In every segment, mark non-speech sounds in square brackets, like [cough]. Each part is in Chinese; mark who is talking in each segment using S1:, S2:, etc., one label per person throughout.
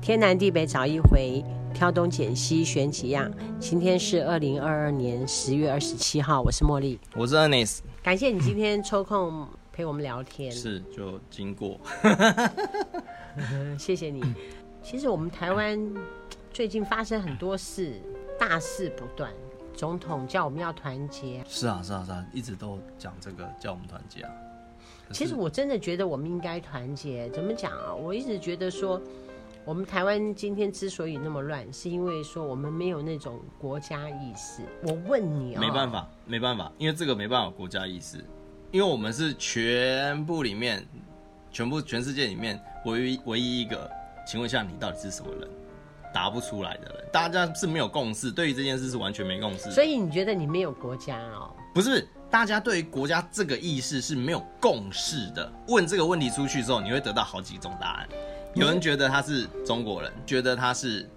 S1: 天南地北找一回，挑东拣西选几样。今天是二零二二年十月二十七号，我是茉莉，
S2: 我是 Ernest，
S1: 感谢你今天抽空陪我们聊天，
S2: 是就经过，
S1: 嗯谢谢你。其实我们台湾最近发生很多事，大事不断。总统叫我们要团结，
S2: 是啊是啊是啊，一直都讲这个叫我们团结啊。可
S1: 其
S2: 是
S1: 实我真的觉得我们应该团结。怎么讲啊？我一直觉得说，我们台湾今天之所以那么乱，是因为说我们没有那种国家意识。我问你啊、
S2: 没办，法，没办法，因为这个没办法国家意识，因为我们是全部里面，全部全世界里面唯一唯一一个，请问一下你到底是什么人？答不出来的人，大家是没有共识，对于这件事是完全没共识的。
S1: 所以你觉得你没有国家哦？
S2: 不是大家对于国家这个意识是没有共识的。问这个问题出去之后，你会得到好几种答案。有人觉得他是中国人，觉得他是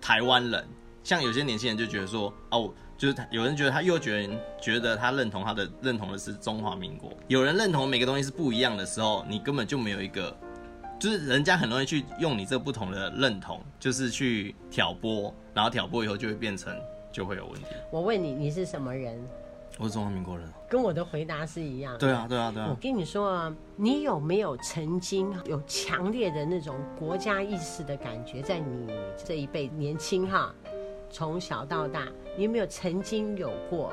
S2: 台湾人，像有些年轻人就觉得说，哦、我就是他有人觉得他又觉得觉得他认同他的认同的是中华民国，有人认同每个东西是不一样的时候，你根本就没有一个，就是人家很容易去用你这不同的认同，就是去挑拨，然后挑拨以后就会变成就会有问题。
S1: 我问你，你是什么人？
S2: 我是中华民国人。
S1: 跟我的回答是一样的。
S2: 对啊，对啊，对啊。
S1: 我跟你说啊，你有没有曾经有强烈的那种国家意识的感觉？在你这一辈年轻哈，从小到大，你有没有曾经有过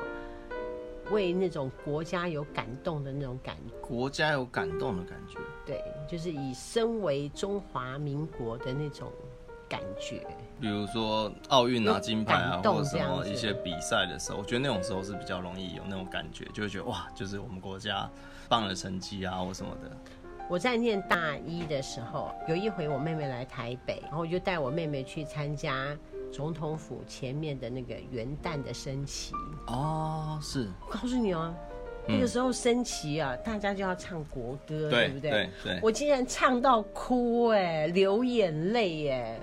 S1: 为那种国家有感动的那种感觉？
S2: 国家有感动的感觉，
S1: 对，就是以身为中华民国的那种感觉。
S2: 比如说奥运拿金牌啊
S1: 有感，动
S2: 或者什
S1: 这样
S2: 么
S1: 子
S2: 一些比赛的时候，我觉得那种时候是比较容易有那种感觉，就会觉得哇，就是我们国家棒的成绩啊，或什么的。
S1: 我在念大一的时候，有一回我妹妹来台北，然后我就带我妹妹去参加总统府前面的那个元旦的升旗。
S2: 哦，是，
S1: 我告诉你哦，那个时候升旗啊，大家就要唱国歌，
S2: 嗯对
S1: 不对？
S2: 对对
S1: 我竟然唱到哭哎、流眼泪哎、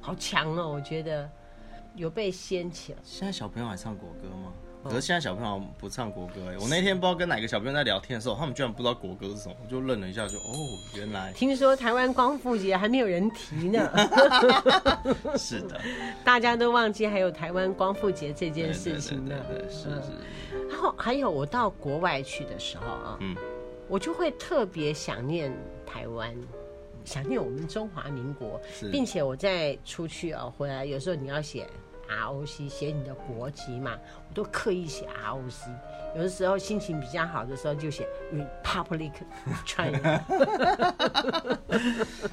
S1: 好强哦！我觉得有被掀起了。
S2: 现在小朋友还唱国歌吗？可是现在小朋友不唱国歌、欸，我那天不知道跟哪个小朋友在聊天的时候，他们居然不知道国歌是什么，我就愣了一下就，哦，原 [laughs] 来
S1: 听说台湾光复节还没有人提呢，
S2: [laughs] 是的，
S1: 大家都忘记还有台湾光复节这件事情
S2: 对
S1: 了。
S2: 对对对对，是
S1: 嗯
S2: 是，
S1: 然后还有我到国外去的时候啊，
S2: 嗯
S1: 我就会特别想念台湾，想念我们中华民国，
S2: 是
S1: 并且我在出去哦回来，有时候你要写 ROC，写你的国籍嘛，我都刻意写 ROC。有的时候心情比较好的时候就写 Republic China。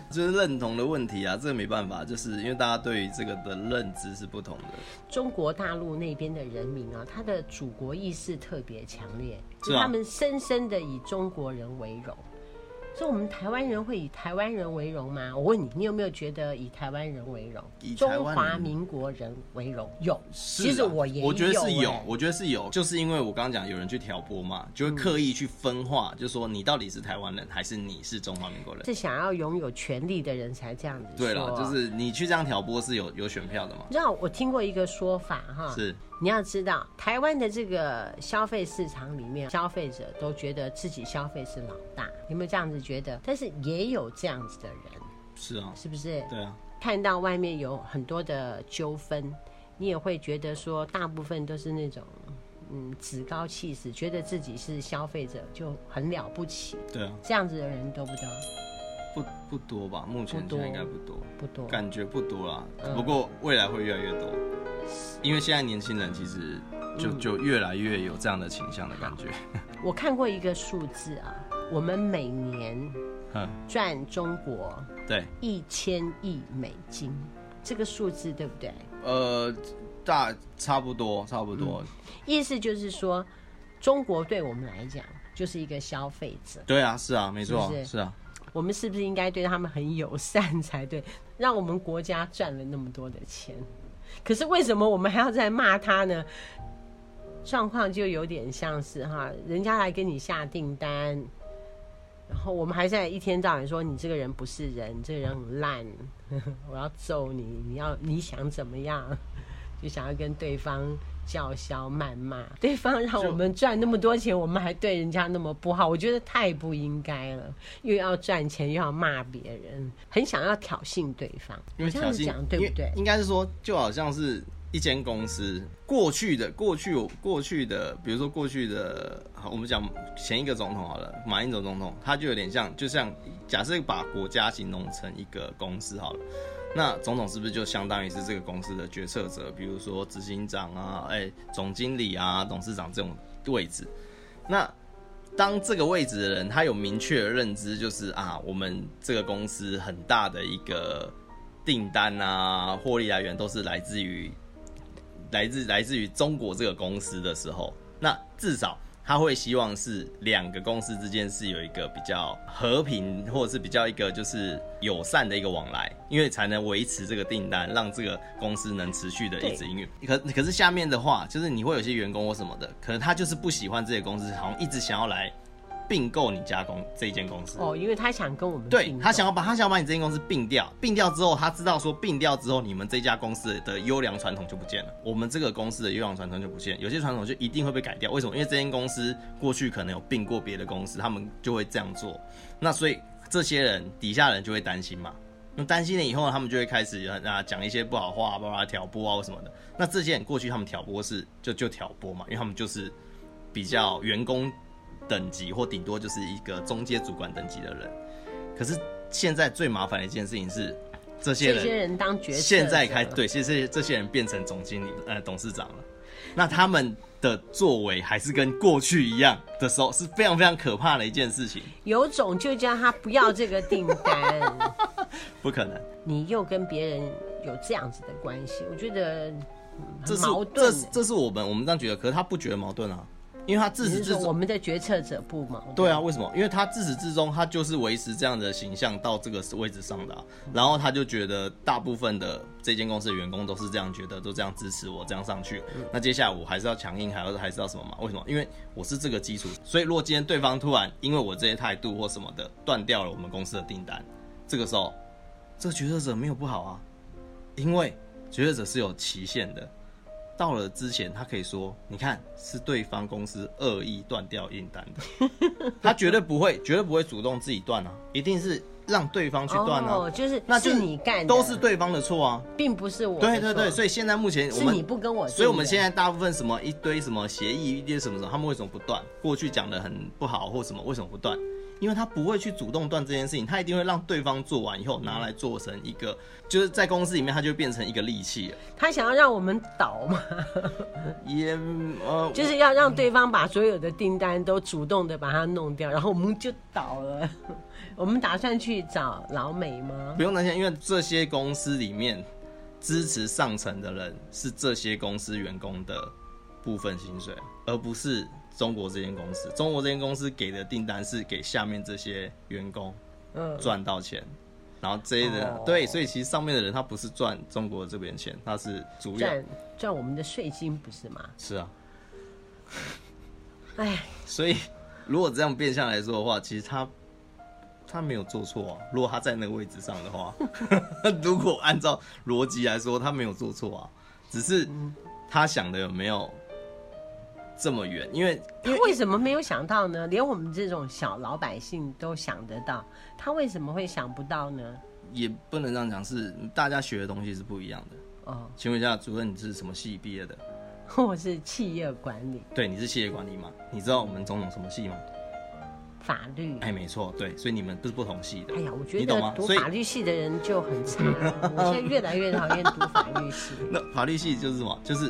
S2: 就是认同的问题啊，这个没办法，就是因为大家对于这个的认知是不同的。
S1: 中国大陆那边的人民啊，他的祖国意识特别强烈，
S2: 是啊
S1: 他们深深的以中国人为荣。所以，我们台湾人会以台湾人为荣吗？我问你，你有没有觉得以台湾人为荣？
S2: 以台湾
S1: 中
S2: 人
S1: 华民国人为荣？有，
S2: 是啊
S1: 其实我也有、
S2: 我觉得是有
S1: 哎，
S2: 我觉得是有，就是因为我刚刚讲有人去挑拨嘛，就会刻意去分化，就说你到底是台湾人还是你是中华民国人。
S1: 是啊想要拥有权利的人才这样子说。
S2: 对了，就是你去这样挑拨是有有选票的嘛
S1: 你？知道我听过一个说法哈，
S2: 是
S1: 你要知道，台湾的这个消费市场里面，消费者都觉得自己消费是老大，有没有这样子觉得？但是也有这样子的人，
S2: 是啊，
S1: 是不是？
S2: 对啊，
S1: 看到外面有很多的纠纷，你也会觉得说，大部分都是那种。嗯，趾高气使，觉得自己是消费者就很了不起，
S2: 对啊，
S1: 这样子的人多不多？
S2: 不不多吧？目前
S1: 不多
S2: 现在应该不多，
S1: 不多。嗯
S2: 感觉不多啦。不过未来会越来越多，因为现在年轻人其实
S1: 嗯
S2: 就就越来越有这样的倾向
S1: [laughs]
S2: 的感觉。
S1: 我看过一个数字啊，我们每年
S2: 嗯，
S1: 赚中国
S2: 对。
S1: 一千亿美金，这个数字对不对？
S2: 呃，大差不多，差不
S1: 嗯
S2: 多。
S1: 意思就是说，中国对我们来讲就是一个消费者，
S2: 对啊，是啊，没错啊，
S1: 是不是
S2: 啊，
S1: 我们是不是应该对他们很友善才对？让我们国家赚了那么多的钱，可是为什么我们还要再骂他呢？状况就有点像是哈，人家来给你下订单，然后我们还在一天到晚说你这个人不是人，你这个人很烂， [laughs] 我要揍你，你要你想怎么样，就想要跟对方叫嚣谩骂对方，让我们赚那么多钱，我们还对人家那么不好，我觉得太不应该了。又要赚钱，又要骂别人，很想要挑衅对方。
S2: 因为
S1: 这
S2: 挑
S1: 样
S2: 衅
S1: 子讲对不
S2: 因为
S1: 对？
S2: 应该是说，就好像是一间公司过去的过去有过去的，比如说过去的，好，我们讲前一个总统好了，马英九总统，他就有点像，就像假设把国家形容成一个公司好了。那总统是不是就相当于是这个公司的决策者，比如说执行长啊、哎、总经理啊、董事长这种位置？那当这个位置的人，他有明确的认知，就是啊，我们这个公司很大的一个订单啊，获利来源都是来自于来自来自于中国这个公司的时候，那至少他会希望是两个公司之间是有一个比较和平，或者是比较一个就是友善的一个往来，因为才能维持这个订单，让这个公司能持续的一直营运。可可是下面的话，就是你会有些员工或什么的，可能他就是不喜欢这些公司，好像一直想要来并购你家公这一间公司。
S1: 哦，因为他想跟我们
S2: 对
S1: 并
S2: 他
S1: 购
S2: 想要把他想要把你这间公司并掉，并掉之后，他知道说并掉之后，你们这家公司的优良传统就不见了，我们这个公司的优良传统就不见，有些传统就一定会被改掉。为什么？因为这间公司过去可能有并过别的公司，他们就会这样做。那所以这些人底下人就会担心嘛。那担心了以后，他们就会开始啊讲一些不好话，包括挑拨啊或什么的。那这些人过去他们挑拨是就就挑拨嘛，因为他们就是比较员工等级或顶多就是一个中阶主管等级的人。可是现在最麻烦的一件事情是，这些
S1: 这
S2: 人
S1: 些人当决策者，
S2: 现在开对，现在这些人变成总经理、呃董事长了，那他们的作为还是跟过去一样的时候，是非常非常可怕的一件事情，
S1: 有种就叫他不要这个订单，
S2: 不可能。
S1: 你又跟别人有这样子的关系，我觉得嗯很
S2: 这是
S1: 矛
S2: 这
S1: 盾
S2: 是
S1: 欸。
S2: 这是我们我们这样觉得，可是他不觉得矛盾啊，因为他自
S1: 只
S2: 始
S1: 是
S2: 至
S1: 说我
S2: 终
S1: 们的决策者不矛盾，
S2: 对啊，为什么？因为他自始至终他就是维持这样的形象到这个位置上的啊、然后他就觉得大部分的这间公司的员工都是这样觉得，都这样支持我，这样上去。那接下来我还是要强硬，还要还是要什么嘛？为什么？因为我是这个基础，所以如果今天对方突然因为我这些态度或什么的断掉了我们公司的订单，这个时候这个决策者没有不好啊，因为决策者是有期限的。到了之前，他可以说：“你看，是对方公司恶意断掉订单的，
S1: [laughs]
S2: 他绝对不会，绝对不会主动自己断啊，一定是让对方去断啊。
S1: 哦，就是
S2: 那就是
S1: 你干的，
S2: 都是，对方的错啊。
S1: 并不是我的
S2: 对对对，
S1: 错
S2: 所以现在目前我
S1: 是你
S2: 们，
S1: 不跟我订的，
S2: 所以我们现在大部分什么一堆什么协议，一堆什么什么，他们为什么不断？过去讲的很不好或什么，为什么不断？因为他不会去主动断这件事情，他一定会让对方做完以后拿来做成一个，就是在公司里面他就变成一个利器了。
S1: 他想要让我们倒嘛，
S2: 也呃，
S1: 就是要让对方把所有的订单都主动的把它弄掉，然后我们就倒了。我们打算去找老美吗？
S2: 不用担心，因为这些公司里面支持上层的人是这些公司员工的部分薪水，而不是中国这间公司。中国这间公司给的订单是给下面这些员工
S1: 嗯，
S2: 赚到钱，然后这些人、
S1: 哦
S2: 对，所以其实上面的人他不是赚中国这边钱，他是主要
S1: 赚赚我们的税金不是吗？
S2: 是啊，
S1: 哎，
S2: 所以如果这样变相来说的话，其实他他没有做错啊。如果他在那个位置上的话， [laughs] 如果按照逻辑来说，他没有做错啊，只是
S1: 嗯
S2: 他想的有没有这么远？因为
S1: 他为什么没有想到呢？连我们这种小老百姓都想得到，他为什么会想不到呢？
S2: 也不能这样讲，是大家学的东西是不一样的。
S1: 哦，
S2: 请问一下，主任，你是什么系毕业的？
S1: 我是企业管理、
S2: 对，你是企业管理嘛？你知道我们总统什么系吗？
S1: 法律。
S2: 哎，没错，对，所以你们不是不同系的。
S1: 哎呀，我觉
S2: 你懂
S1: 得
S2: 吗？
S1: 读
S2: 所以
S1: 法律系的人就很惨，我现在越来越讨厌读法律系。 [laughs]
S2: 那法律系就是什么？就是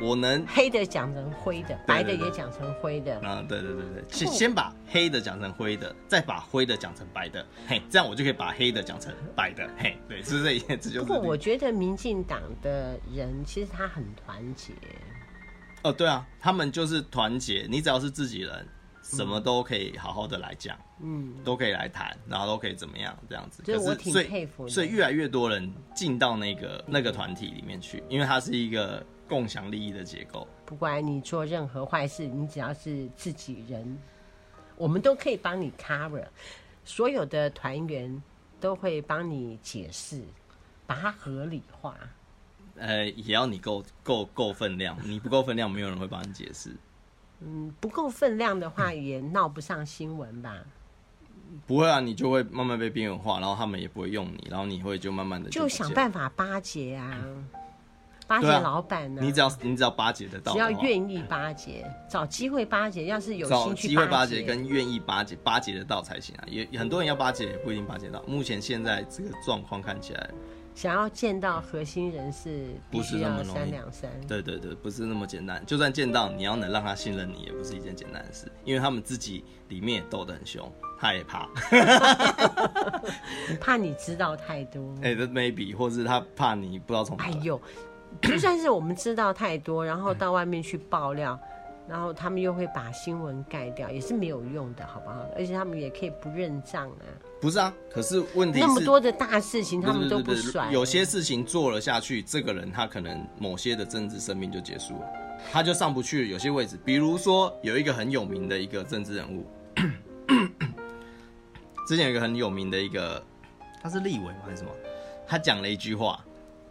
S2: 我能
S1: 黑的讲成灰
S2: [laughs]
S1: 的，白的也讲成灰的。
S2: 啊，对对对对，
S1: 哦
S2: 先先把黑的讲成灰的，再把灰的讲成白的，嘿，这样我就可以把黑的讲成白的，嘿，对，是这一这就是。
S1: 不过我觉得民进党的人其实他很团结，
S2: 哦，对啊，他们就是团结，你只要是自己人，什么都可以好好的来讲，
S1: 嗯，
S2: 都可以来谈，然后都可以怎么样这样子。
S1: 这
S2: 可
S1: 我
S2: 是
S1: 挺
S2: 所以
S1: 佩服的
S2: 所以越来越多人进到那个那个团体里面去，因为它是一个共享利益的结构。
S1: 不管你做任何坏事，你只要是自己人，我们都可以帮你 cover，所有的团员都会帮你解释，把它合理化。
S2: 呃，也要你够够够分量，你不够分量，没有人会帮你解释。
S1: 嗯，不够分量的
S2: 嗯
S1: 话也闹不上新闻吧？
S2: 不会啊，你就会慢慢被边缘化，然后他们也不会用你，然后你会就慢慢的
S1: 就想办法巴结啊，巴结
S2: 对啊
S1: 老板呢、
S2: 你只要你只要巴结得到
S1: 只
S2: 的话，
S1: 要愿意巴结，找机会巴结，要是有
S2: 找
S1: 心去
S2: 机会巴
S1: 结
S2: 结，跟愿意巴结巴结得到才行啊。也很多人要巴结也不一定巴结到。目前现在这个状况看起来，
S1: 想要见到核心人士，必
S2: 不是
S1: 须
S2: 那么
S1: 要
S2: 容易
S1: 三两三。
S2: 对对对，不是那么简单。就算见到，你要能让他信任你，也不是一件简单的事，因为他们自己里面也斗得很凶，他也怕。
S1: 怕你知道太多。
S2: 哎、这 maybe，或是他怕你不知道从哪
S1: 哎
S2: 来。 [coughs]
S1: 呦，就算是我们知道太多，然后到外面去爆料，
S2: 嗯
S1: 然后他们又会把新闻盖掉，也是没有用的，好不好？而且他们也可以不认账啊，
S2: 不是啊，可是问题是
S1: 那么多的大事情他们都
S2: 不是不是
S1: 甩。
S2: 有些事情做了下去，这个人他可能某些的政治生命就结束了，他就上不去有些位置。比如说有一个很有名的一个政治人物， [clears throat] 之前有一个很有名的一个，他是立委吗还是什么？他讲了一句话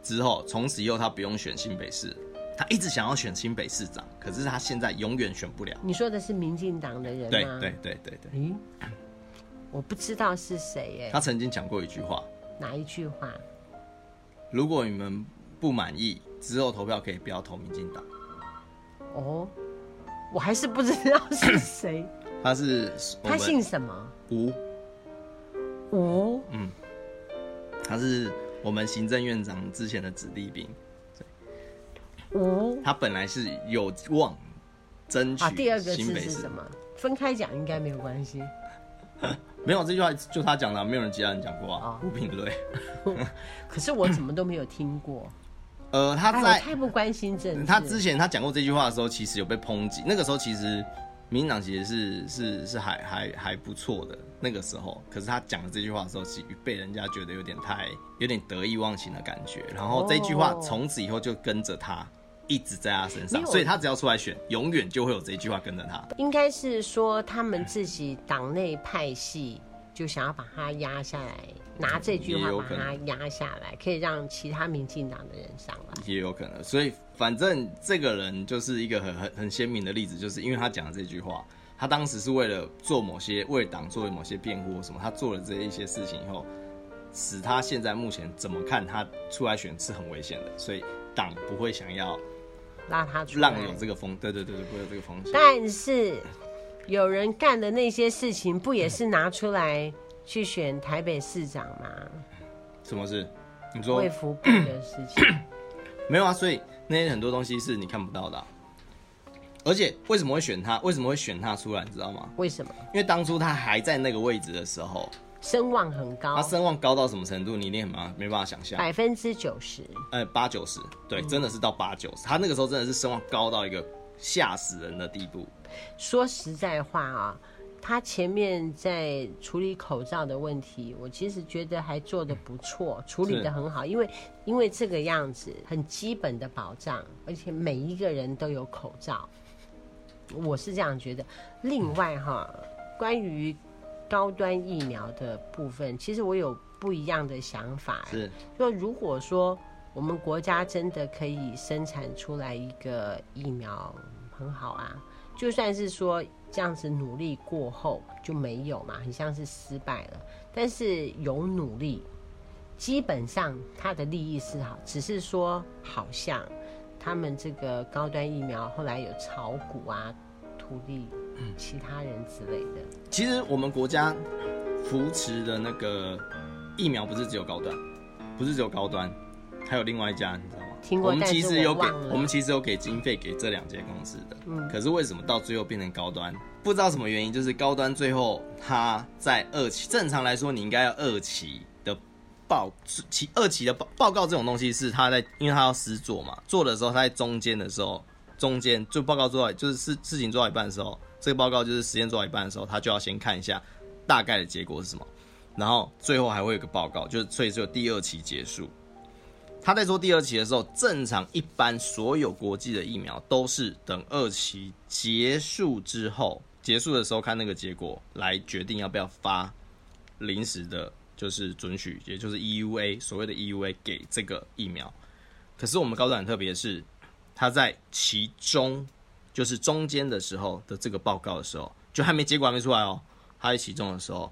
S2: 之后，从此以后他不用选新北市了，他一直想要选新北市长，可是他现在永远选不了。
S1: 你说的是民进党的人
S2: 对
S1: 吗？
S2: 对。对对对，
S1: 咦，我不知道是谁哎，
S2: 他曾经讲过一句话，
S1: 哪一句话？
S2: 如果你们不满意，之后投票可以不要投民进党。
S1: 哦，我还是不知道是谁，
S2: 他是
S1: 他
S2: 我们
S1: 姓什么？
S2: 吴，
S1: 吴、
S2: 他是我们行政院长之前的子弟兵，
S1: 吴
S2: 他本来是有望争
S1: 啊，
S2: 取
S1: 第二个
S2: 新
S1: 字
S2: 北
S1: 是
S2: 市，
S1: 什么？分开讲应该没有关系。
S2: 没有这句话就他讲的啊，没有人其他人讲过啊
S1: 哦。
S2: 吴
S1: [laughs]
S2: 品瑞，
S1: 可是我怎么都没有听过，
S2: 呃，他
S1: 哎，我
S2: 在
S1: 太不关心政治。
S2: 他之前他讲过这句话的时候，其实有被抨击。那个时候其实民进党其实是是是还还还不错的那个时候，可是他讲了这句话的时候，其实被人家觉得有点太有点得意忘形的感觉。然后这句话
S1: 哦
S2: 从此以后就跟着他。一直在他身
S1: 没
S2: 上，
S1: 有
S2: 所以他只要出来选，永远就会有这句话跟着他。
S1: 应该是说他们自己党内派系就想要把他压下来，拿这句
S2: 也
S1: 话
S2: 有
S1: 把
S2: 可
S1: 他
S2: 能
S1: 压下来，可以让其他民进党的人上来。
S2: 也有可能。所以反正这个人就是一个很很很鲜明的例子，就是因为他讲了这句话，他当时是为了做某些为党做某些辩护或什么，他做了这一些事情以后，使他现在目前怎么看他出来选是很危险的，所以党不会想要
S1: 拉他出来
S2: 让。有这个风，对对对对，不会有这个风险。
S1: 但是有人干的那些事情，不也是拿出来去选台北市长吗？
S2: 什么事？你说
S1: 卫福部的事情，
S2: 没有啊，所以那些很多东西是你看不到的啊、而且为什么会选他？为什么会选他出来？你知道吗？
S1: 为什么
S2: 因为当初他还在那个位置的时候，
S1: 声望很高
S2: 他？声望高到什么程度，你一定很麻没办法想象。
S1: 百分之九十，
S2: 呃，八九十，对，真的是到八九十，他那个时候真的是声望高到一个吓死人的地步。
S1: 说实在话啊，他前面在处理口罩的问题，我其实觉得还做得不错，处理得很好，因为因为这个样子很基本的保障，而且每一个人都有口罩，我是这样觉得。另外哈，关于高端疫苗的部分，其实我有不一样的想法，
S2: 是，
S1: 就如果说我们国家真的可以生产出来一个疫苗，很好啊。就算是说这样子努力过后就没有嘛，很像是失败了。但是有努力，基本上它的利益是好，只是说好像他们这个高端疫苗后来有炒股啊、土地、其他人之类的。
S2: 其实我们国家扶持的那个疫苗不是只有高端，不是只有高端，还有另外一家，你知道吗？
S1: 听过
S2: 我们
S1: 但是
S2: 其实有
S1: 我
S2: 给
S1: 忘了，嗯
S2: 我们其实有给经费给这两间公司的，可是为什么到最后变成高端？不知道什么原因，就是高端最后它在二期，正常来说你应该要二期的报期二期的报报告这种东西是他在，因为他要实做嘛，做的时候他在中间的时候，中间就报告做到就是事事情做到一半的时候，这个报告就是实验做到一半的时候，他就要先看一下大概的结果是什么，然后最后还会有个报告，就是所以只有第二期结束。他在做第二期的时候，正常一般所有国际的疫苗都是等二期结束之后，结束的时候看那个结果来决定要不要发临 E 时的，就是准许，也就是 EUA 所谓的 EUA 给这个疫苗。可是我们高端很特别的是，他在其中就是中间的时候的这个报告的时候，就还没结果还没出来哦，他在其中的时候，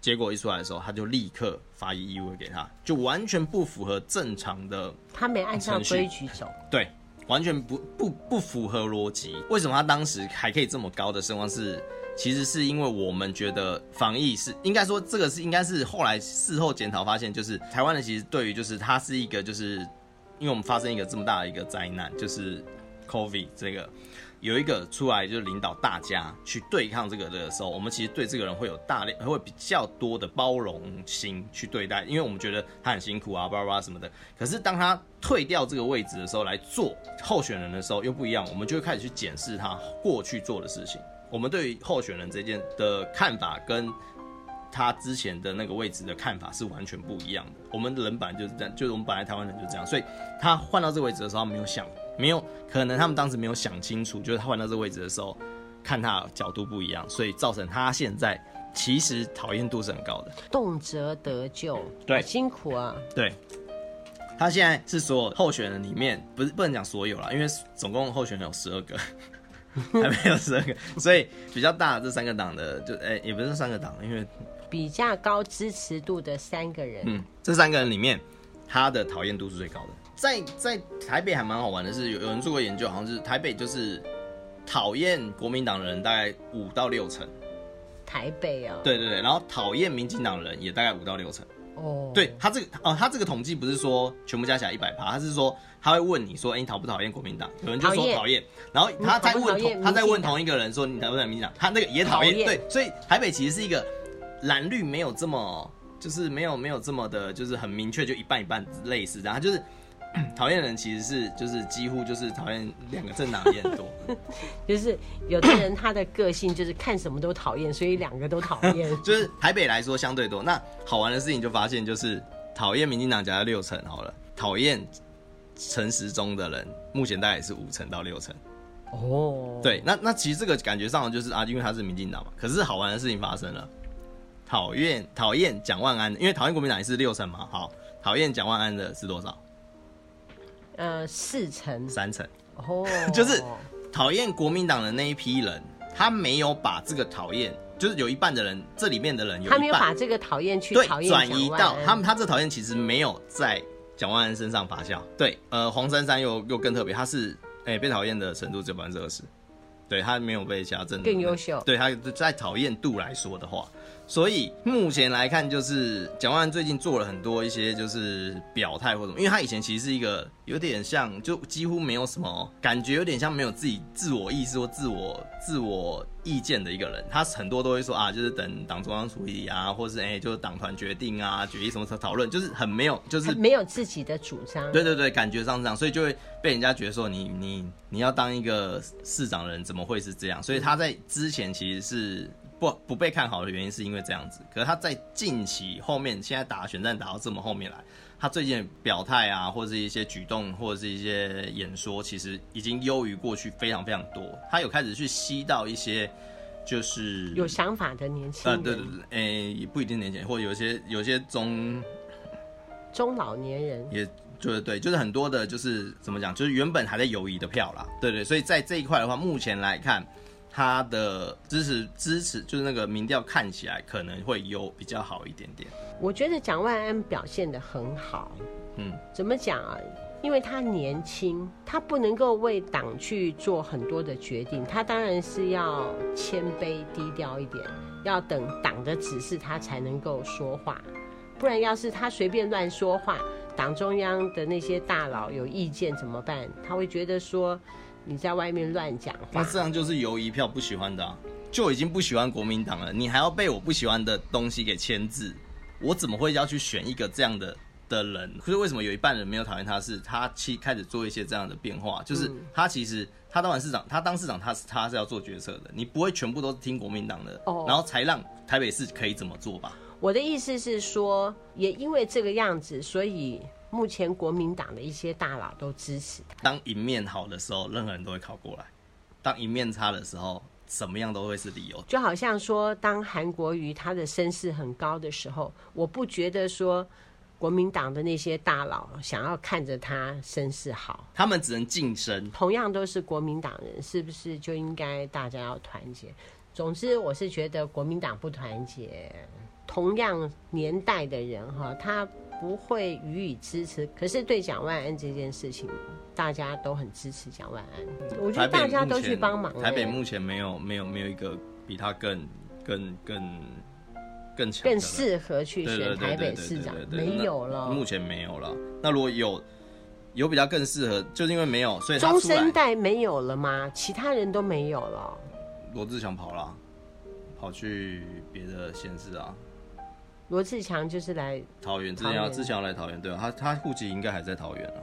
S2: 结果一出来的时候，他就立刻发医务给他，就完全不符合正常的
S1: 他没按照
S2: 程序
S1: 规矩走，
S2: 对，完全不不不符合逻辑。为什么他当时还可以这么高的声望是？其实是因为我们觉得防疫是应该说这个是应该是后来事后检讨发现，就是台湾人其实对于就是它是一个就是因为我们发生一个这么大的一个灾难，就是 COVID 这个有一个出来就是领导大家去对抗这个的时候，我们其实对这个人会有大量会比较多的包容心去对待，因为我们觉得他很辛苦啊，巴拉巴拉什么的。可是当他退掉这个位置的时候，来做候选人的时候又不一样，我们就会开始去检视他过去做的事情。我们对于候选人这件的看法跟他之前的那个位置的看法是完全不一样的。我们的人本来就是这样，就是我们本来台湾人就这样，所以他换到这个位置的时候，他没有想，没有可能他们当时没有想清楚，就是他换到这个位置的时候，看他的角度不一样，所以造成他现在其实讨厌度是很高的。
S1: 动辄得咎，
S2: 对
S1: 好辛苦啊。
S2: 对，他现在是所有候选人里面，不是不能讲所有啦，因为总共候选人有十二个， [laughs] 还没有十二个，所以比较大的这三个党的，就哎、也不是三个党，因为
S1: 比较高支持度的三个人，
S2: 嗯，这三个人里面，他的讨厌度是最高的。在在台北还蛮好玩的是，有有人做过研究，好像是台北就是讨厌国民党的人大概五到六成，
S1: 台北啊、
S2: 对对对，然后讨厌民进党的人也大概五到六成。
S1: 哦，
S2: 对他这个哦，他这个统计不是说全部加起来一百趴，他是说他会问你说，哎、你讨不讨厌国民党？有人就
S1: 讨
S2: 说
S1: 厌
S2: 讨厌，然后他
S1: 你讨
S2: 再
S1: 不讨
S2: 问
S1: 厌
S2: 同他再
S1: 民进
S2: 问
S1: 党
S2: 同一个人说你讨不讨厌民进党？他那个也讨
S1: 讨
S2: 厌，
S1: 厌
S2: 对，所以台北其实是一个蓝绿没有这么就是没有没有这么的，就是很明确，就一半一半类似这样，他就是。 [clears throat] 讨厌的人其实是就是几乎就是讨厌两个政党也很多，
S1: 就是有的人他的个性就是看什么都讨厌，所以两个都讨
S2: [laughs]
S1: 厌。
S2: 就是台北来说相对多。那好玩的事情就发现，就是讨厌民进党加到六成好了，讨厌陈时中的人，目前大概也是五成到六成。
S1: 哦，，
S2: 对，那那其实这个感觉上就是啊，因为他是民进党嘛。可是好玩的事情发生了，讨厌讨厌蒋万安，因为讨厌国民党也是六成嘛，好，讨厌蒋万安的是多少？
S1: 呃，四成，
S2: 三成。，
S1: 哦
S2: [laughs] 就是讨厌国民党的那一批人，他没有把这个讨厌，就是有一半的人，这里面的人有一
S1: 他
S2: 半
S1: 没有把这个讨厌去
S2: 对
S1: 讨厌
S2: 转
S1: 蒋
S2: 移
S1: 万
S2: 到
S1: 安
S2: 他们，他这讨厌其实没有在蒋万安身上发酵。对，呃，黄珊珊又又更特别，他是哎、被讨厌的程度只有百分之二十，对他没有被其他政党
S1: 更优秀
S2: 对他在讨厌度来说的话，所以目前来看，就是蒋万安最近做了很多一些就是表态或什么，因为他以前其实是一个有点像，就几乎没有什么感觉，有点像没有自己自我意识或自我自我意见的一个人。他很多都会说啊，就是等党中央处理啊，或是哎、就是党团决定啊，决议什么时候讨论，就是很没有，就是
S1: 他没有自己的主张。
S2: 对对对，感觉上是这样，所以就会被人家觉得说你你你要当一个市长的人，怎么会是这样？所以他在之前其实是不不被看好的原因是因为这样子，可是他在近期后面现在打选战打到这么后面来，他最近的表态啊，或是一些举动，或者是一些演说，其实已经优于过去非常非常多。他有开始去吸到一些就是
S1: 有想法的年轻
S2: 呃
S1: 人，
S2: 对对对，诶、也不一定年轻人，或者有一些有一些中
S1: 中老年人，
S2: 也就是对，就是很多的，就是怎么讲，就是原本还在犹疑的票啦，对对，所以在这一块的话，目前来看，他的支持支持就是那个民调看起来可能会有比较好一点点，
S1: 我觉得蒋万安表现的很好。
S2: 嗯，
S1: 怎么讲啊？因为他年轻，他不能够为党去做很多的决定，他当然是要谦卑低调一点，要等党的指示他才能够说话，不然要是他随便乱说话，党中央的那些大佬有意见怎么办？他会觉得说你在外面乱讲
S2: 那
S1: 话。
S2: 这样就是犹疑票不喜欢的、啊，就已经不喜欢国民党了，你还要被我不喜欢的东西给牵制，我怎么会要去选一个这样的？的人，所以为什么有一半人没有讨厌他是？他其开始做一些这样的变化，就是他其实他当完市长，他当市长他是他是要做决策的，你不会全部都听国民党的，
S1: 哦
S2: 然后才让台北市可以怎么做吧？
S1: 我的意思是说，也因为这个样子，所以目前国民党的一些大佬都支持他。
S2: 当一面好的时候，任何人都会靠过来；当一面差的时候，什么样都会是理由。
S1: 就好像说，当韩国瑜他的身世很高的时候，我不觉得说国民党的那些大佬想要看着他声势好，
S2: 他们只能晋升。
S1: 同样都是国民党人，是不是就应该大家要团结？总之，我是觉得国民党不团结，同样年代的人哈，他不会予以支持。可是对蒋万安这件事情，大家都很支持蒋万安，我觉
S2: 台
S1: 得
S2: 北
S1: 大家
S2: 目
S1: 都去
S2: 前
S1: 帮忙、
S2: 台北
S1: 哎
S2: 目前没有没有没有一个比他更更更更强的
S1: 更
S2: 人
S1: 适合去
S2: 对对
S1: 选
S2: 对
S1: 台
S2: 对
S1: 北
S2: 对
S1: 市
S2: 对
S1: 长
S2: 对，对
S1: 没
S2: 那
S1: 有了。
S2: 目前没有了。那如果有有比较更适合，就是因为没有，所以他
S1: 中
S2: 出来
S1: 生代没有了吗？其他人都没有了。
S2: 罗志祥跑了，跑去别的县市啊，
S1: 罗志强就是来
S2: 桃园之前要
S1: 桃园
S2: 之前要来桃园，对啊，他他户籍应该还在桃园啊。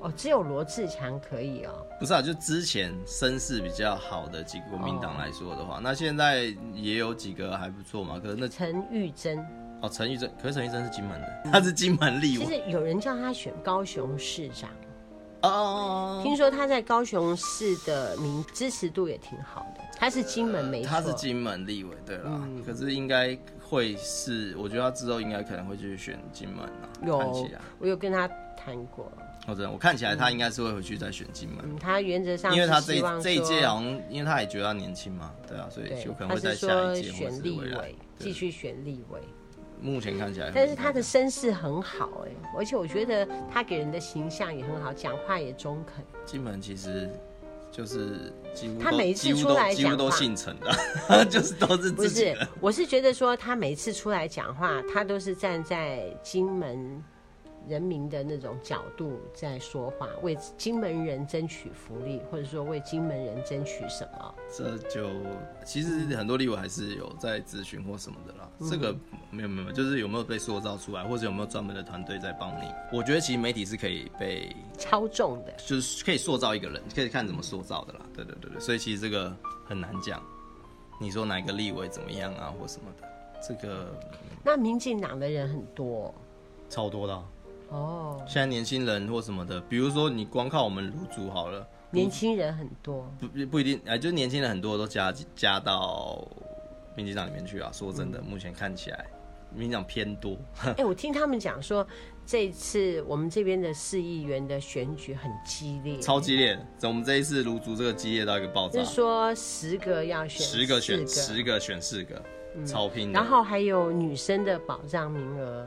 S1: 哦，只有罗志强可以哦。
S2: 不是啊，就之前声势比较好的几个国民
S1: 哦
S2: 党来说的话，那现在也有几个还不错嘛。可是那
S1: 陈玉珍，
S2: 哦，陈玉珍，可是陈玉珍是金门的， [laughs] 他是金门立
S1: 其
S2: 委
S1: 实有人叫他选高雄市长，
S2: 哦哦，哦
S1: 听说他在高雄市的民支持度也挺好的。他是金门没错，嗯
S2: 他是金门立委，对啦。可是应该会是，我觉得他之后应该可能会去选金门啊。看
S1: 有
S2: 起来，
S1: 我有跟他谈过，
S2: 哦，真的，我看起来他应该是会回去再选金门，
S1: 嗯，他原则上
S2: 因为他
S1: 是
S2: 这
S1: 希
S2: 一
S1: 望
S2: 这一
S1: 说
S2: 届好像，因为他也觉得他年轻嘛，对啊，所以
S1: 对
S2: 有可，能
S1: 他
S2: 会
S1: 是
S2: 在下
S1: 说
S2: 一届或
S1: 选
S2: 是
S1: 立
S2: 未来
S1: 委，。继
S2: 对，
S1: 续选立委。
S2: 目前看起来会这
S1: 但
S2: 样，
S1: 是他的身世很好哎、而且我觉得他给人的形象也很好，讲话也中肯。
S2: 金门其实就是几乎都
S1: 他每一次
S2: 几乎
S1: 出来
S2: 都几乎
S1: 讲
S2: 都
S1: 话
S2: 姓陈的， [laughs] 就是都是
S1: 不
S2: 自己
S1: 是
S2: 人。，
S1: 我是觉得说他每次出来讲话，他都是站在金门人民的那种角度在说话，为金门人争取福利，或者说为金门人争取什么。
S2: 这就其实很多立委还是有在咨询或什么的啦。这个没有没有，没有就是有没有被塑造出来，或者有没有专门的团队在帮你？我觉得其实媒体是可以被，
S1: 超重的，
S2: 就是可以塑造一个人，可以看怎么塑造的啦。对对对对，所以其实这个很难讲。你说哪个立委怎么样啊，或什么的，这个
S1: 那民进党的人很多
S2: 超多的啊、
S1: 哦，
S2: 现在年轻人或什么的，比如说你光靠我们卢竹好了，
S1: 年轻人很多，
S2: 不不不一定，哎，就是年轻人很多都加加到民进党里面去啊。说真的，
S1: 嗯
S2: 目前看起来，民进党偏多，
S1: 哎、我听他们讲说，这一次我们这边的市议员的选举很激烈，
S2: 超激烈的。我们这一次卢竹这个激烈到一个爆炸
S1: 就是，说啊十个要选
S2: 十个选
S1: 四嗯
S2: 十个选四个，超拼的。
S1: 然后还有女生的保障名额，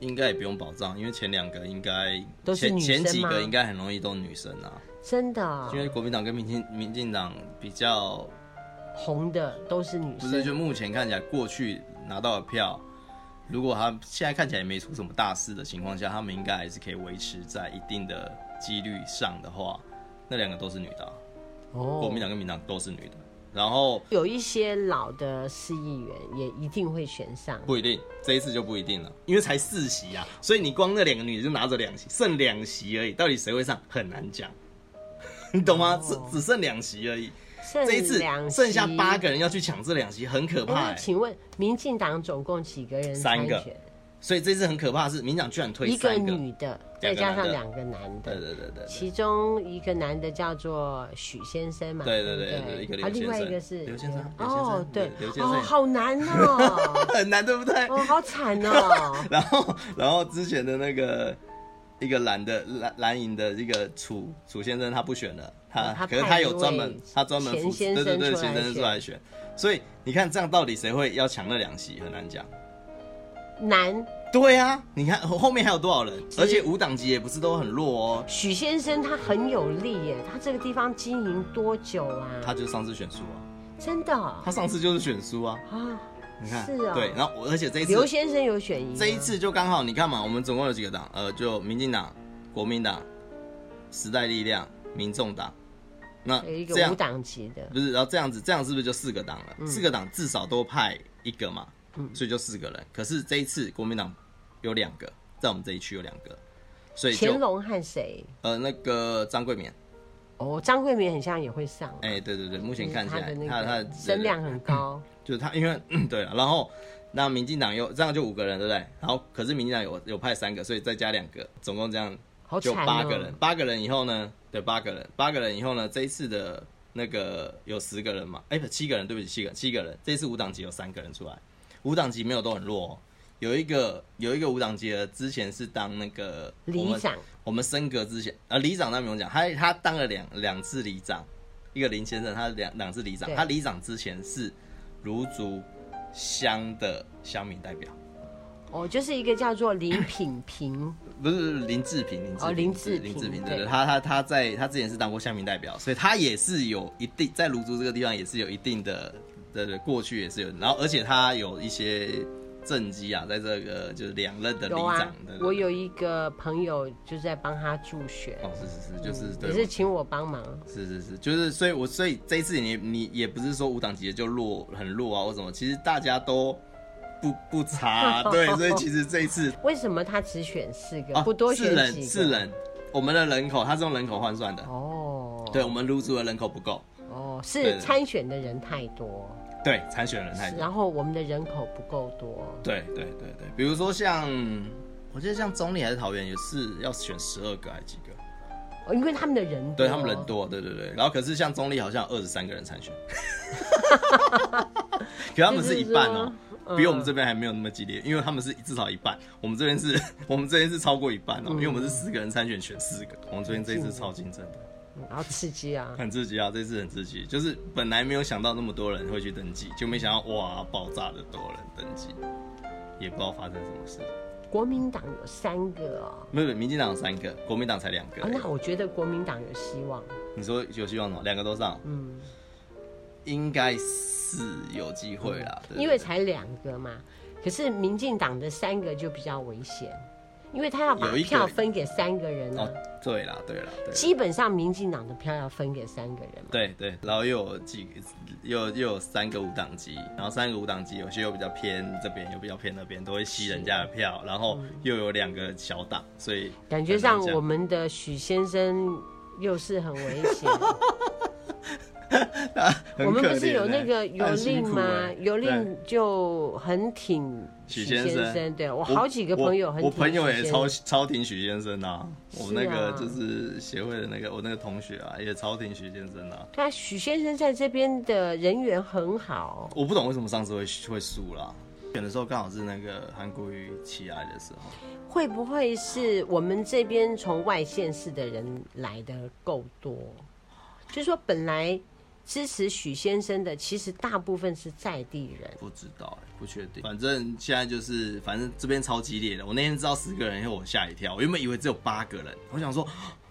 S2: 应该也不用保障，因为前两个应该
S1: 都是
S2: 前
S1: 女生
S2: 前几
S1: 吗
S2: 个应该很容易都女生啊，
S1: 真的啊、
S2: 因为国民党跟民进民进党比较
S1: 红的都是女
S2: 不是，
S1: 生，
S2: 就目前看起来，过去拿到的票，如果他现在看起来也没出什么大事的情况下，他们应该还是可以维持在一定的几率上的话，那两个都是女的啊，
S1: 哦
S2: 国民党啊跟民党都是女的，然后
S1: 有一些老的市议员也一定会选上，
S2: 不一定，这一次就不一定了，因为才四席啊，所以你光那两个女的就拿着两席，剩两席而已，到底谁会上很难讲， [laughs] 你懂吗？只只剩两席而已，
S1: 哦剩
S2: 这一次
S1: 两席
S2: 剩下八。个人要去抢这两席，很可
S1: 哎
S2: 怕、
S1: 那
S2: 欸。
S1: 请问民进党总共几个人参
S2: 三个
S1: 选？
S2: 所以这次很可怕的是，民进党居然推
S1: 一个
S2: 三
S1: 女的，再
S2: 两个
S1: 加上
S2: 男的
S1: 两个男
S2: 对
S1: 的，
S2: 对对对对。
S1: 其中一个男的叫做许先生嘛，
S2: 对
S1: 对
S2: 对对
S1: 不
S2: 对一个刘
S1: 啊，另
S2: 先
S1: 外一
S2: 生
S1: 个是
S2: 刘先生刘先生
S1: 哦，对，
S2: 刘先生
S1: 哦，好难
S2: [laughs]
S1: 哦，
S2: 很难，对不对？
S1: 哦，好惨哦，
S2: 然后，然后之前的那个一个蓝的蓝蓝营的一个楚楚先生，他不选了，他
S1: 哦他
S2: 可是
S1: 派
S2: 他
S1: 一
S2: 有专门
S1: 位
S2: 他专门
S1: 钱
S2: 负
S1: 先
S2: 对对
S1: 生
S2: 对
S1: 出
S2: 钱
S1: 来
S2: 先生出
S1: 选
S2: 来选，所以你看这样到底谁会要抢那两席很难讲。
S1: 难。
S2: 对啊，你看后后面还有多少人，
S1: 是
S2: 而且无党籍也不是都很弱哦，
S1: 许先生他很有力耶，他这个地方经营多久啊？
S2: 他就上次选输啊，
S1: 真的哦
S2: 他上次就是选输啊，
S1: 啊，
S2: 你看
S1: 是啊
S2: 对，然后我而且这一次
S1: 刘先生有选赢吗，啊
S2: 这一次就刚好，你看嘛，我们总共有几个党？呃，就民进党、国民党、时代力量、民众党。那哎
S1: 有一
S2: 这
S1: 个
S2: 样
S1: 无党籍的，
S2: 不是，然后这样子，这样是不是就四个党了？四个党至少都派一个嘛，所以就四个人。可是这一次国民党有两个，在我们这一区有两个，所以
S1: 乾
S2: 就
S1: 隆和谁？
S2: 呃那个张桂冕，
S1: 哦，张桂梅很像也会上，
S2: 哎、对对对，目前
S1: 就是
S2: 看起
S1: 他
S2: 来嗯
S1: 的
S2: 他
S1: 那
S2: 他
S1: 个声量很高，
S2: 就是他，因为 [clears throat] 对啊了，然后那民进党又这样就五个人，对不对？然后可是民进党有有派三个，所以再加两个，总共这样
S1: 好
S2: 就
S1: 惨哦
S2: 八个人。八个人以后呢，对，八个人，八个人以后呢，这一次的那个有十个人嘛，哎、不，七个人，对不起，七个，七个人。这一次无党籍有三个人出来，无党籍没有都很弱、哦，有一个有一个无党籍的，之前是当那个我
S1: 里
S2: 们
S1: 长，
S2: 我们升格之前，呃，里长那不用讲，他他当了两两次里长，一个林先生，他两两次里长，
S1: 对
S2: 他里长之前是芦竹乡的乡民代表，
S1: 哦，就是一个叫做李品平，
S2: 不是不是林志平，林志平
S1: 哦林志平
S2: 林志平，
S1: 对
S2: 对对，他他他在他之前是当过乡民代表，所以他也是有一定在芦竹这个地方也是有一定的，对对，过去也是有，然后而且他有一些政绩啊，在这个就是两任 [clears throat] 的里
S1: 有
S2: 长
S1: 啊，
S2: 的，对
S1: 我
S2: 对
S1: 有一个朋友就在帮他助选，
S2: 哦，是是是，就是
S1: 嗯
S2: 对
S1: 也是请我帮忙，
S2: 是是是，就是所以我，所以这一次你你也不是说无党籍的就弱很弱啊或什么，其实大家都不不差啊、对，所以其实这
S1: [laughs]
S2: 一次
S1: 为什么他只选四个，
S2: 啊
S1: 不多
S2: 是
S1: 选
S2: 人
S1: 几个？
S2: 是人，我们的人口它是用人口换算的，
S1: 哦，
S2: 对我们入住的人口不够，
S1: 哦，
S2: 对
S1: 是
S2: 对
S1: 参选的人太多，
S2: 对，参选人太多，
S1: 然后我们的人口不够多，
S2: 对对对对，比如说像我记得像中立还是桃园也是要选十二个还是几个，
S1: 哦因为他们的人多，
S2: 对他们人多，对对对，然后可是像中立好像二十三个
S1: [laughs]
S2: 人参选，可他们是一半哦、
S1: 就是说
S2: 比我们这
S1: 嗯
S2: 边还没有那么激烈，因为他们是至少一半，我们这边是，我们这边是超过一半
S1: 嗯
S2: 哦、因为我们是四个人参选选四个，我们这边这一次超竞争的，
S1: 嗯然后刺激
S2: [laughs]
S1: 啊，
S2: 很刺激啊，这次很刺激，就是本来没有想到那么多人会去登记，就没想到哇，爆炸的多人登记，也不知道发生什么事，
S1: 国民党有三个哦，
S2: 没有，民进党有三个，国民党才两个
S1: 哦
S2: 而已，
S1: 那我觉得国民党有希望，
S2: 你说有希望吗？两个都上，
S1: 嗯，
S2: 应该是有机会啦，对
S1: 因为才两个嘛，可是民进党的三个就比较危险，因为他要把
S2: 有一个
S1: 票分给三个人啊
S2: 哦，，对啦，对啦，对啦。
S1: 基本上民进党的票要分给三个人嘛，
S2: 对对，然后又有几个，又又有三个无党籍，然后三个无党籍有些又比较偏这边，又比较偏那边，都会吸人家的票，然后又有两个小党，所以
S1: 感觉
S2: 很难
S1: 上
S2: 讲
S1: 我们的许先生又是很危
S2: [laughs]
S1: 险。
S2: 很
S1: 我们
S2: 可
S1: 不是
S2: 怜
S1: 有那
S2: 欸
S1: 个
S2: 他
S1: 尤
S2: 很辛
S1: 令
S2: 苦
S1: 吗
S2: 欸？
S1: 尤
S2: 对
S1: 令就很挺
S2: 许
S1: 先
S2: 先生
S1: 对我好几个朋友很
S2: 我
S1: 挺
S2: 我朋友
S1: 许
S2: 也
S1: 先
S2: 超
S1: 生
S2: 超挺许先生啊，我们那个
S1: 是啊
S2: 就是协会的那个我那个同学啊，也超挺许先生啊。
S1: 对啊，许先生在这边的人缘很好，
S2: 我不懂为什么上次会会输啦，选的时候刚好是那个韩国瑜起来的时候，
S1: 会不会是我们这边从外县市的人来的够多？就是说本来支持许先生的，其实大部分是在地人。
S2: 不知道、欸，不确定。反正现在就是，反正这边超激烈的。我那天知道十个人以后，我吓一跳。我原本以为只有八个人，我想说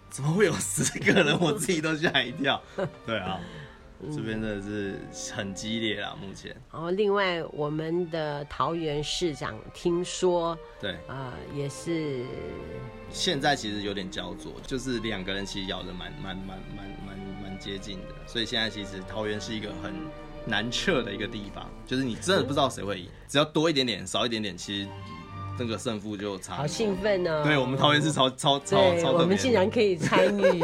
S2: 怎么会有十个人，我自己都吓一跳。对啊，这边真的是很激烈啦，目前。
S1: 然后另外我们的桃园市长听说，
S2: 对，
S1: 呃，也是
S2: 现在其实有点焦灼，就是两个人其实咬得蛮蛮蛮蛮蛮蛮接近的，所以现在其实桃园是一个很难测的一个地方，就是你真的不知道谁会赢，只要多一点点，少一点点，其实那个胜负就差很多。
S1: 好兴奋哦。
S2: 对我们桃园是超超超
S1: 对，
S2: 超
S1: 我
S2: 特
S1: 们
S2: 别
S1: 竟
S2: 的。
S1: 然可以参
S2: [laughs]
S1: 与，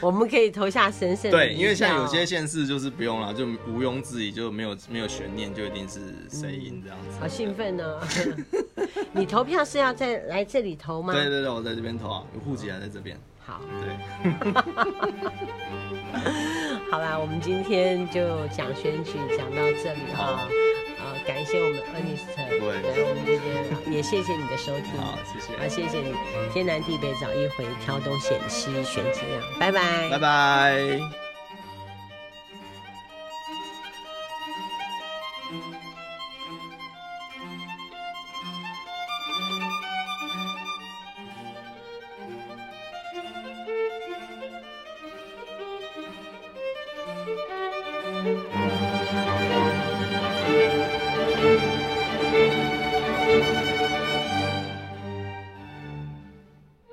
S1: 我们可以投下神圣的
S2: 对，因为像
S1: 一票
S2: 有些县市就是不用了，就毋庸置疑，就没有没有悬念，就一定是谁赢这样子。
S1: 嗯好兴奋哦！ [laughs] 你投票是要在来这里投吗？
S2: 对对对，我在这边投啊，有户籍还在这边。
S1: 好，
S2: 对，
S1: 好啦，我们今天就讲选举讲到这里哈
S2: 好。
S1: 呃，感谢我们 Ernest，
S2: 对
S1: 来我们这边，也谢谢你的收听，
S2: 好，谢谢，
S1: 啊，谢谢你，天南地北找一回，挑东选西选几样，拜拜
S2: 拜拜。